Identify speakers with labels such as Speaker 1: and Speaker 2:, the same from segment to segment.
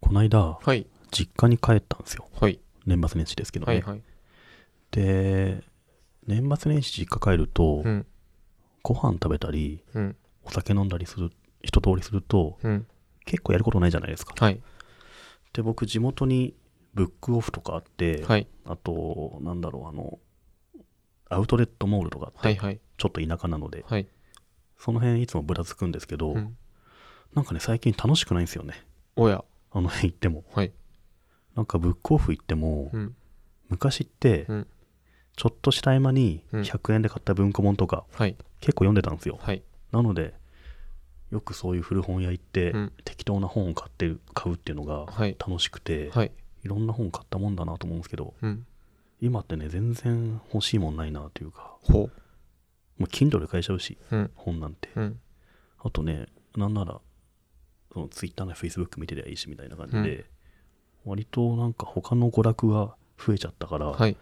Speaker 1: こないだ
Speaker 2: はい。
Speaker 1: 実家に帰ったんですよ
Speaker 2: はい。
Speaker 1: 年末年始ですけど
Speaker 2: は
Speaker 1: ね、
Speaker 2: いはい。
Speaker 1: で年末年始実家帰ると、
Speaker 2: うん。
Speaker 1: ご飯食べたり
Speaker 2: うん。
Speaker 1: お酒飲んだりする一通りすると
Speaker 2: うん。
Speaker 1: 結構やることないじゃないですか
Speaker 2: はい。
Speaker 1: で僕地元にブックオフとかあって、
Speaker 2: はい。
Speaker 1: あとなんだろうあのアウトレットモールとかあって、
Speaker 2: はいはい。
Speaker 1: ちょっと田舎なので
Speaker 2: はい。
Speaker 1: その辺いつもぶらつくんですけど、
Speaker 2: うん
Speaker 1: なんかね最近楽しくないんですよね
Speaker 2: おや。
Speaker 1: あの辺行っても
Speaker 2: はい。
Speaker 1: なんかブックオフ行っても、
Speaker 2: うん。
Speaker 1: 昔って、
Speaker 2: うん
Speaker 1: ちょっとした合間に
Speaker 2: うん
Speaker 1: 100円で買った文庫本とか
Speaker 2: はい。
Speaker 1: 結構読んでたんですよ、
Speaker 2: はい。
Speaker 1: なのでよくそういう古本屋行って、
Speaker 2: うん
Speaker 1: 適当な本を買ってる買うっていうのが
Speaker 2: はい
Speaker 1: 楽しくて、い、
Speaker 2: はい。
Speaker 1: ろんな本買ったもんだなと思うんですけど
Speaker 2: うん。
Speaker 1: 今ってね全然欲しいもんないなというか
Speaker 2: ほ
Speaker 1: もう Kindle で買えちゃうし
Speaker 2: う。うん。
Speaker 1: 本なんて
Speaker 2: うん。
Speaker 1: あとねなんならその Twitter や Facebook 見てりゃいいしみたいな感じで、割となんか他の娯楽が増えちゃったから、
Speaker 2: はい。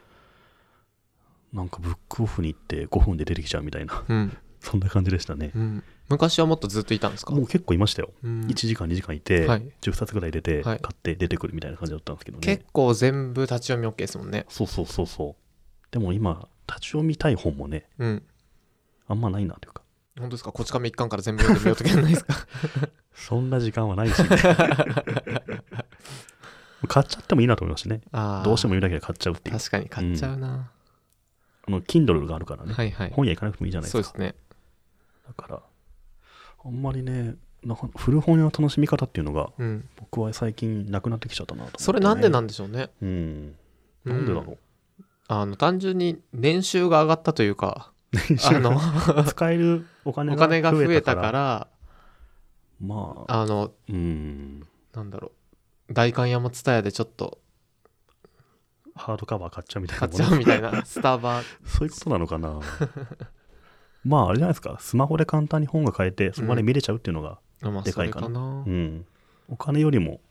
Speaker 1: なんかブックオフに行って5分で出てきちゃうみたいな
Speaker 2: うん。
Speaker 1: そんな感じでしたね
Speaker 2: うん。昔はもっとずっといたんですか
Speaker 1: もう結構いましたよ、
Speaker 2: うん
Speaker 1: 1時間2時間いて、
Speaker 2: はい
Speaker 1: 10冊ぐらい出て、
Speaker 2: はい
Speaker 1: 買って出てくるみたいな感じだったんですけどね
Speaker 2: 結構全部立ち読み OK ですもんね。
Speaker 1: そうそうそうそうでも今立ち読みたい本もね
Speaker 2: うん。
Speaker 1: あんまないなというか
Speaker 2: 本当ですかこち亀一巻から全部読んでみようとかないで すか
Speaker 1: そんな時間はないし、 ね、買っちゃってもいいなと思いますね
Speaker 2: ああ。
Speaker 1: どうしても読
Speaker 2: も
Speaker 1: みだけで買っちゃうっていう
Speaker 2: 確かに買っちゃうな。
Speaker 1: あの Kindle があるからね、
Speaker 2: はいはい。
Speaker 1: 本屋行かなくてもいいじゃない
Speaker 2: そ
Speaker 1: で
Speaker 2: う
Speaker 1: す
Speaker 2: で
Speaker 1: か
Speaker 2: すね。
Speaker 1: だからあんまりねなんか古本屋の楽しみ方っていうのが
Speaker 2: うん。
Speaker 1: 僕は最近なくなってきちゃったなと思ってね、
Speaker 2: それなんで
Speaker 1: な
Speaker 2: なんでしょうね。
Speaker 1: うんなんでだろう、
Speaker 2: あの、単純に年収が上がったというか、あの、
Speaker 1: 使えるお金
Speaker 2: お
Speaker 1: が
Speaker 2: 金が
Speaker 1: 増
Speaker 2: 増
Speaker 1: え
Speaker 2: え
Speaker 1: た
Speaker 2: た
Speaker 1: から
Speaker 2: から、
Speaker 1: まあ
Speaker 2: あの、
Speaker 1: うん
Speaker 2: なんだろう、代官山蔦屋でちょっと
Speaker 1: ハードカバー買っちゃうみたいな
Speaker 2: 買っ
Speaker 1: も
Speaker 2: ち
Speaker 1: の
Speaker 2: ゃうみたい な、スタバ、
Speaker 1: そういうことなのかな まああれじゃないですかスマホで簡単に本が買えてそこまで見れちゃうっていうのが、
Speaker 2: あまあ、
Speaker 1: で
Speaker 2: そ
Speaker 1: かい
Speaker 2: れ
Speaker 1: かな
Speaker 2: かな
Speaker 1: うん。お金よりも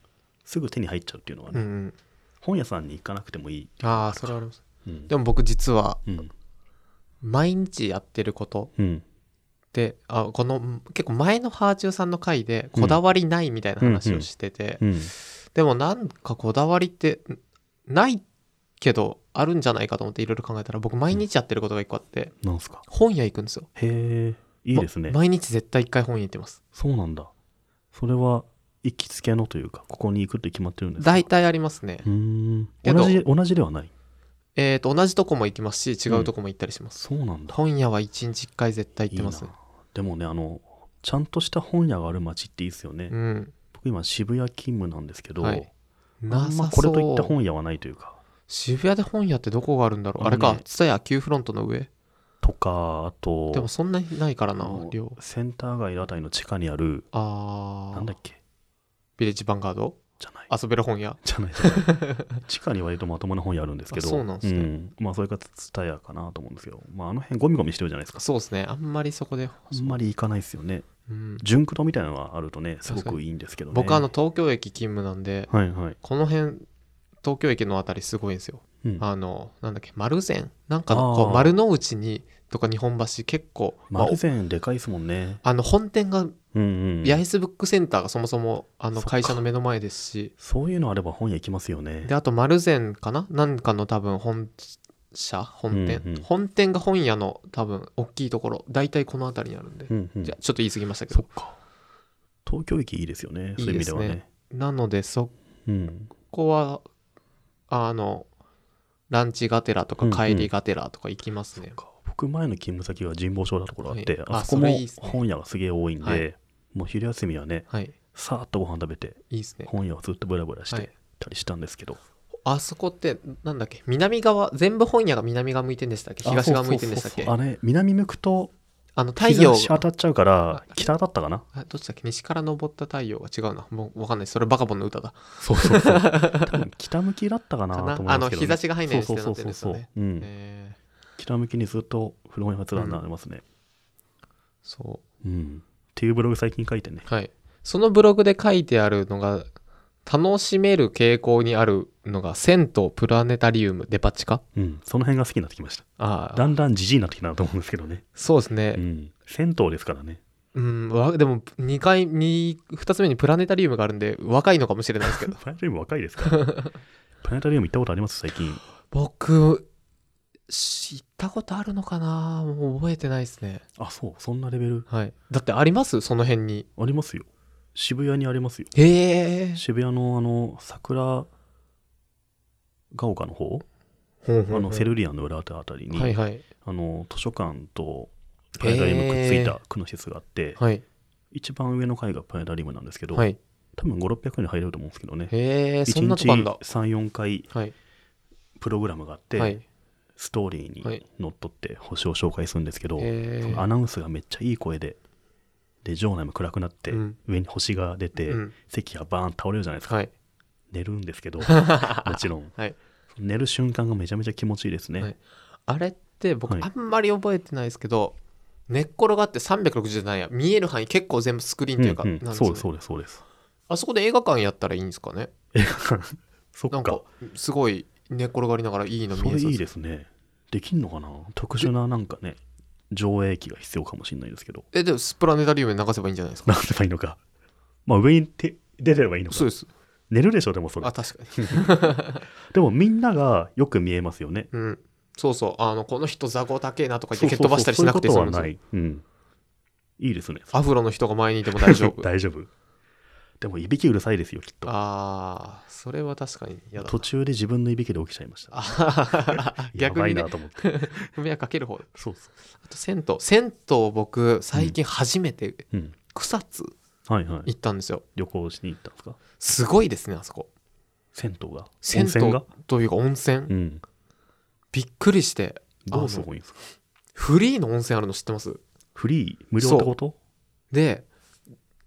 Speaker 1: すぐ手に入っちゃうっていうのは
Speaker 2: うんう
Speaker 1: ね、
Speaker 2: ん。
Speaker 1: 本屋さんに行かなくてもいい、
Speaker 2: ああ、それはあります。
Speaker 1: うん、
Speaker 2: でも僕実は、
Speaker 1: うん
Speaker 2: 毎日やってること
Speaker 1: うん
Speaker 2: で、あこの、結構前のハーチューさんの回で、こだわりないみたいな話をしてて、
Speaker 1: うん
Speaker 2: でもなんかこだわりって、ないけど、あるんじゃないかと思っていろいろ考えたら、僕毎日やってることが一個あって、
Speaker 1: なんすか
Speaker 2: 本屋行くんですよ。
Speaker 1: へえいいですね、
Speaker 2: ま毎日絶対一回本屋行ってます。
Speaker 1: そうなんだそれは行きつけのというかここに行くって決まってるんですか
Speaker 2: 大体ありますね
Speaker 1: う。ーん
Speaker 2: けど
Speaker 1: 同じ同じではない
Speaker 2: えっと、同じとこも行きますし、違うとこも行ったりします。
Speaker 1: そうなんだ
Speaker 2: 本屋は一日一回絶対行
Speaker 1: い
Speaker 2: っ
Speaker 1: い
Speaker 2: て
Speaker 1: な
Speaker 2: ますね。
Speaker 1: でもねあのちゃんとした本屋がある街っていいですよね、
Speaker 2: うん。
Speaker 1: 僕今渋谷勤務なんですけど、
Speaker 2: はい
Speaker 1: あ
Speaker 2: なん
Speaker 1: ま
Speaker 2: さ
Speaker 1: これ
Speaker 2: そう。
Speaker 1: といった本屋はないというか
Speaker 2: 渋谷で本屋ってどこがあるんだろうあ
Speaker 1: あの
Speaker 2: れ
Speaker 1: ね
Speaker 2: か、ツタヤ Q フロントの上。
Speaker 1: とかあと
Speaker 2: でもそんなにないから
Speaker 1: あ
Speaker 2: な
Speaker 1: の、
Speaker 2: 量。
Speaker 1: センター街のあたりの地下にある
Speaker 2: あ
Speaker 1: なんだ
Speaker 2: ー
Speaker 1: っ、け
Speaker 2: ビレッジヴァンガード
Speaker 1: じゃない
Speaker 2: 遊べる本屋。
Speaker 1: じゃないじゃない地下に割とまともな本屋あるんですけど
Speaker 2: あそうなんですね
Speaker 1: んまあそれかツタヤかなと思うんですけど、まあ、あの辺ゴミゴミしてるじゃないですか
Speaker 2: そうですね。あんまりそこで。
Speaker 1: あんまり行かないですよね
Speaker 2: うん、
Speaker 1: 純駆動みたいなのがあるとねすご
Speaker 2: 確か
Speaker 1: くいいんですけどね
Speaker 2: 僕、あの、東京駅勤務なんで、
Speaker 1: はいはい、
Speaker 2: この辺、東京駅のあたりすごいんですよ。
Speaker 1: うん、
Speaker 2: あの、なんだっけ、丸善なんか
Speaker 1: あ
Speaker 2: の
Speaker 1: ー
Speaker 2: こう丸の内に、とか日本橋、結構、まあ
Speaker 1: 丸善でかいですもんね
Speaker 2: あの、本店が、
Speaker 1: うんうん
Speaker 2: 八重洲ブックセンターがそもそも、あ
Speaker 1: そ
Speaker 2: の、
Speaker 1: っか
Speaker 2: 会社の目の前ですし、
Speaker 1: そういうのあれば本屋行きますよね
Speaker 2: であと丸善かななんかの多分本社本店、
Speaker 1: うんうん
Speaker 2: 本店が本屋の多分大きいところ大体この辺りにあるんで、
Speaker 1: うんうん
Speaker 2: じゃあちょっと言い過ぎましたけ
Speaker 1: そ
Speaker 2: ど
Speaker 1: っか東京駅いいですよねそういう意味ではね
Speaker 2: いいですなのでそ
Speaker 1: うん
Speaker 2: こはあのランチがてらと
Speaker 1: う
Speaker 2: か
Speaker 1: んうん
Speaker 2: 帰りがてらとか行きますね、
Speaker 1: そっか僕前の勤務先が神保町だところあって、
Speaker 2: はい
Speaker 1: あ
Speaker 2: あ
Speaker 1: そこも
Speaker 2: それいいっすね
Speaker 1: 本屋がすげえ多いんで
Speaker 2: はい
Speaker 1: もう昼休みはね
Speaker 2: はい
Speaker 1: さーっとご飯食べて
Speaker 2: いいですね
Speaker 1: 本屋をずっとブラブラし
Speaker 2: はい
Speaker 1: てたりしたんですけど、
Speaker 2: あそこってなんだっけ南側全部本屋が南側向いてんでしたっけ
Speaker 1: あ
Speaker 2: 東側向いてんでしたっ
Speaker 1: そ
Speaker 2: け
Speaker 1: うそうそうそうあれ南向くと
Speaker 2: あの太
Speaker 1: 日
Speaker 2: 陽
Speaker 1: 差し当たっちゃうから
Speaker 2: あ
Speaker 1: 北当たった かな
Speaker 2: あどっちだっけ西から昇った太陽が違うなもうわかんないそれバカボンの歌だ
Speaker 1: そうそうそう多分北向きだったかなと思うんですけど、ね、
Speaker 2: あの日差しが入んないようにして
Speaker 1: そ
Speaker 2: な
Speaker 1: う
Speaker 2: ってるん
Speaker 1: そう
Speaker 2: です
Speaker 1: そうそ
Speaker 2: よ
Speaker 1: う
Speaker 2: ね、
Speaker 1: うん
Speaker 2: えー
Speaker 1: 北向きにずっと古本屋が連なりますね、
Speaker 2: そ
Speaker 1: うんっていうブログ最近書いてね
Speaker 2: う。はい。そのブログで書いてあるのが、楽しめる傾向にあるのが、銭湯、プラネタリウム、デパ地下
Speaker 1: うんその辺が好きになってきました
Speaker 2: ああ、
Speaker 1: だんだんじじいになってきたなと思うんですけどね
Speaker 2: そうですね。
Speaker 1: うん銭湯ですからね
Speaker 2: うん、わでも2回に2つ目にプラネタリウムがあるんで若いのかもしれない ですけど
Speaker 1: プラネタリウム若いです から。プラネタリウム行ったことあります最近。
Speaker 2: 僕し行ったことあるのかなもう覚えてないですね
Speaker 1: あ、そう。そんなレベル
Speaker 2: はいだってありますその辺に
Speaker 1: ありますよ。渋谷にありますよ。
Speaker 2: へえ
Speaker 1: 渋谷のあの、桜が丘の方、
Speaker 2: ほう
Speaker 1: あ
Speaker 2: ほうほ
Speaker 1: の
Speaker 2: う
Speaker 1: セルリアンの裏手あたりに、
Speaker 2: はいはい
Speaker 1: あの図書館とプラネタリウムくっついた区の施設があって、
Speaker 2: はい
Speaker 1: 一番上の階がプラネタリウムなんですけど、
Speaker 2: はい
Speaker 1: 多分5、600円で入れると思うんですけどね。
Speaker 2: へえ
Speaker 1: 一
Speaker 2: そんなとこあんだ
Speaker 1: 日3、4回
Speaker 2: はい
Speaker 1: プログラムがあって、
Speaker 2: はい
Speaker 1: ストーリーにのっとって星を紹介するんですけど、
Speaker 2: へ
Speaker 1: そ
Speaker 2: え
Speaker 1: のアナウンスがめっちゃいい声で、で、場内も暗くなって、
Speaker 2: うん
Speaker 1: 上に星が出て、
Speaker 2: うん
Speaker 1: 席がバーン倒れるじゃないですか。
Speaker 2: はい
Speaker 1: 寝るんです けど、もちろん。
Speaker 2: はい
Speaker 1: 寝る瞬間がめちゃめちゃ気持ちいいですね。
Speaker 2: はいあれって僕
Speaker 1: はい
Speaker 2: あんまり覚えてないですけど、寝っ転がって360度なんや見える範囲結構全部スクリーン
Speaker 1: うん
Speaker 2: と
Speaker 1: う
Speaker 2: いうか、
Speaker 1: ん
Speaker 2: なんです
Speaker 1: そ
Speaker 2: よ
Speaker 1: うで
Speaker 2: ね
Speaker 1: す、そうです、そうです。
Speaker 2: あそこで映画館やったらいいんですかね
Speaker 1: 映画館 そっか
Speaker 2: なんかすごい寝っ転がりながらいいの
Speaker 1: そ
Speaker 2: 見え
Speaker 1: れ
Speaker 2: そう
Speaker 1: いい
Speaker 2: です
Speaker 1: ですね。できんのかな特殊ななんかね、上映機が必要かもしれないですけど、
Speaker 2: えでもプラネタリウムに流せばいいんじゃないです か
Speaker 1: なんせばいいのか。まあ上に手出てればいいのか
Speaker 2: そう。です
Speaker 1: 寝るでしょ、でもそれ
Speaker 2: あ。確かに
Speaker 1: でもみんながよく見えますよね。
Speaker 2: うんそうそうあのこの人ザコ高えなとか言
Speaker 1: そ
Speaker 2: っ
Speaker 1: う
Speaker 2: て
Speaker 1: そう
Speaker 2: 蹴
Speaker 1: そう
Speaker 2: っ飛ばしたりしなくて
Speaker 1: そう
Speaker 2: 済
Speaker 1: いう
Speaker 2: む
Speaker 1: ことはない。うん。いいですね。
Speaker 2: アフロの人が前にいても大丈 夫
Speaker 1: 大丈夫。でも、いびきうるさいですよ、きっと。
Speaker 2: あーそれは確かに嫌だ
Speaker 1: 途中で自分のいびきで起きちゃいました。
Speaker 2: あははは 逆に
Speaker 1: やばい
Speaker 2: ね
Speaker 1: なと思って。
Speaker 2: 迷惑かける方
Speaker 1: そうそう。
Speaker 2: あと銭湯銭湯僕最近初めて
Speaker 1: うん。
Speaker 2: 草津
Speaker 1: はいはい。
Speaker 2: 行ったんですよ
Speaker 1: 旅行しに行ったんですか
Speaker 2: すごいですねあそこ
Speaker 1: 銭湯が。温
Speaker 2: 銭
Speaker 1: 泉
Speaker 2: 湯
Speaker 1: が
Speaker 2: というか温泉
Speaker 1: うん。
Speaker 2: びっくりして
Speaker 1: どうすごいんですか
Speaker 2: フリーの温泉あるの知ってます
Speaker 1: フリー無料ってこと
Speaker 2: で、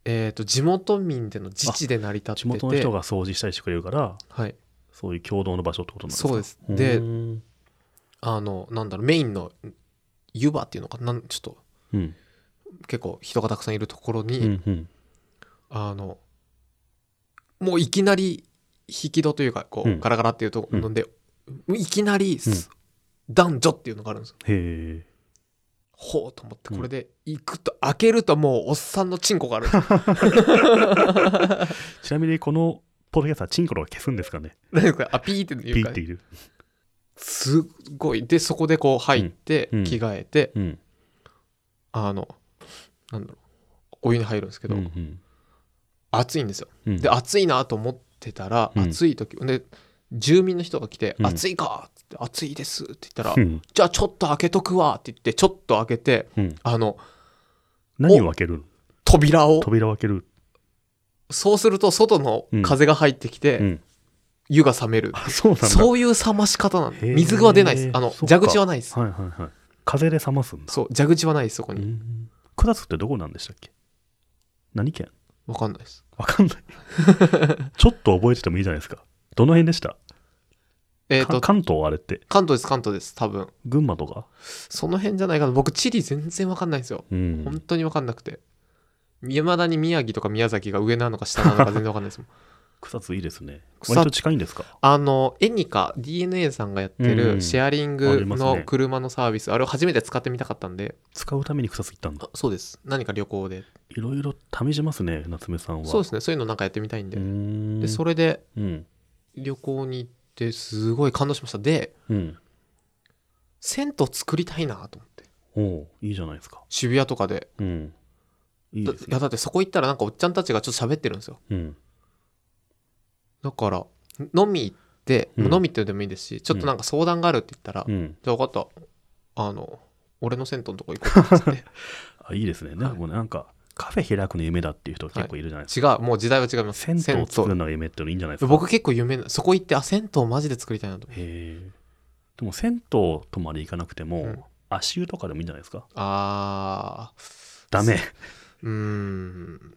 Speaker 2: えー、と地元民での自治で成り立って
Speaker 1: 地
Speaker 2: て
Speaker 1: 元の人が掃除したりしてくれるから、
Speaker 2: はい、
Speaker 1: そういう共同の場所ってことなんですか
Speaker 2: そうですで
Speaker 1: うーん
Speaker 2: あのなんだろうメインの湯葉っていうのかなんちょっと
Speaker 1: うん。
Speaker 2: 結構人がたくさんいるところに、
Speaker 1: うんうん。
Speaker 2: あのもういきなり引き戸というかこう、
Speaker 1: うん
Speaker 2: ガラガラっていうところで、もういきなりす、男女っていうのがあるんですよ
Speaker 1: へえ。
Speaker 2: ほうと思って
Speaker 1: うん
Speaker 2: これで行くと開けるともうおっさんのチンコがある
Speaker 1: ちなみに、このポッドキャストはチンコロが消すんですかね
Speaker 2: 何ですかあピーって
Speaker 1: ピ
Speaker 2: いう
Speaker 1: ー
Speaker 2: か
Speaker 1: っている。
Speaker 2: すっごいでそこでこう入って、
Speaker 1: うんうん
Speaker 2: 着替えて、
Speaker 1: うん。
Speaker 2: あの、なんだろう、お湯に入るんですけど、
Speaker 1: うんうん
Speaker 2: 暑いんですよ。
Speaker 1: うん
Speaker 2: で、暑いなと思ってたら、
Speaker 1: うん
Speaker 2: 暑い時で、住民の人が来て、
Speaker 1: うん
Speaker 2: 暑いかっつって、暑いですって言った
Speaker 1: う
Speaker 2: ら、
Speaker 1: ん
Speaker 2: じゃあちょっと開けとくわって言って、ちょっと開けて、
Speaker 1: うん
Speaker 2: あの、
Speaker 1: 何を開けるの
Speaker 2: 扉を、
Speaker 1: 扉を開ける。
Speaker 2: そうすると外の風が入ってきて、
Speaker 1: うん。
Speaker 2: 湯が冷める。
Speaker 1: あ、そうなんだ。
Speaker 2: そういう冷まし方なんで
Speaker 1: へー
Speaker 2: 水は出ないです。あの、
Speaker 1: そっか
Speaker 2: 蛇口はないです。
Speaker 1: はいはいはい。風で冷ますんだ。
Speaker 2: そう、蛇口はないです、そこに。
Speaker 1: ん。9月ってどこなんでしたっけ何県
Speaker 2: わかんないです。
Speaker 1: わかん ない。ちょっと覚えててもいいじゃないですか。どの辺でした、
Speaker 2: えっ、
Speaker 1: か
Speaker 2: と、
Speaker 1: 関東あれって。
Speaker 2: 関東です、関東です、多分。
Speaker 1: 群馬とか
Speaker 2: その辺じゃないかな。僕、地理全然わかんないんですよ。
Speaker 1: うん
Speaker 2: 本当に分かんなくて未だに宮城とか宮崎が上なのか下なのか全然分かんないですもん
Speaker 1: 草津いいですね。
Speaker 2: 草津
Speaker 1: 割と近いんですか
Speaker 2: あのエニカ DNA さんがやって
Speaker 1: うんう
Speaker 2: る
Speaker 1: ん
Speaker 2: シェアリン
Speaker 1: あ
Speaker 2: グ
Speaker 1: ります
Speaker 2: の
Speaker 1: ね
Speaker 2: 車のサービス、あれを初めて使ってみたかったんで
Speaker 1: 使うために草津行ったんだ。
Speaker 2: あそうです何か旅行で
Speaker 1: いろいろ試しますね、夏目さんは。
Speaker 2: そうですねそういうのなんかやってみたいんで、
Speaker 1: ね
Speaker 2: でそ
Speaker 1: れ。
Speaker 2: れで
Speaker 1: うん。
Speaker 2: 旅行に行ってすごい感動しましたで
Speaker 1: うん。
Speaker 2: 銭湯作りたいなと思って
Speaker 1: おういいじゃないですか。
Speaker 2: 渋谷とかで
Speaker 1: うん。いい
Speaker 2: だ
Speaker 1: です
Speaker 2: いや
Speaker 1: ね。
Speaker 2: だってそこ行ったらなんかおっちゃんたちがちょっと喋ってるんですよ
Speaker 1: うん。
Speaker 2: だから飲み行って、
Speaker 1: うん
Speaker 2: 飲みってでもいいですしちょっとなんか相談があるって言ったら、
Speaker 1: うん。
Speaker 2: じゃあ分かった。あの、俺の銭湯のとこ行こうっ つって。
Speaker 1: あ、いいですね。で
Speaker 2: はい
Speaker 1: もなんか、カフェ開くの夢だっていう人結構いるじゃないですか。
Speaker 2: 違う、もう時代は違います。
Speaker 1: 銭湯を作るのが夢っていうのいいんじゃないですか。
Speaker 2: 僕結構夢な、そこ行って、あ、銭湯マジで作りたいなと思って。
Speaker 1: へえ。でも銭湯とまで行かなくても、
Speaker 2: うん
Speaker 1: 足湯とかでもいいんじゃないですか
Speaker 2: あ
Speaker 1: ダメ。
Speaker 2: ー、うーん。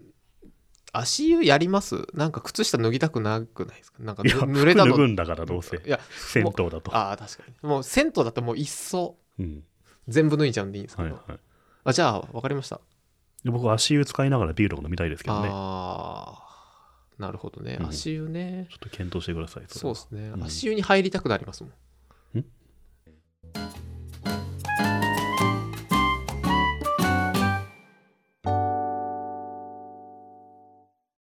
Speaker 2: 足湯やりますなんか靴下脱ぎたくなくないですかなんか
Speaker 1: い
Speaker 2: ぬ
Speaker 1: や、
Speaker 2: 濡れた
Speaker 1: 服脱ぐ
Speaker 2: の。
Speaker 1: んだからどうせ。
Speaker 2: いや、
Speaker 1: 銭湯だと。
Speaker 2: あー確かに。もう銭湯だったらもう一層
Speaker 1: うん。
Speaker 2: 全部脱いじゃうんでいいんですけ
Speaker 1: は
Speaker 2: ど。
Speaker 1: いはい。
Speaker 2: あじゃあ、わかりました。
Speaker 1: で僕、足湯使いながらビールとか飲みたいですけどね。
Speaker 2: あー、なるほどね。
Speaker 1: うん
Speaker 2: 足湯ね。
Speaker 1: ちょっと検討してください。れ
Speaker 2: そう
Speaker 1: は
Speaker 2: ですね
Speaker 1: う。ん
Speaker 2: 足湯に入りたくなりますもん。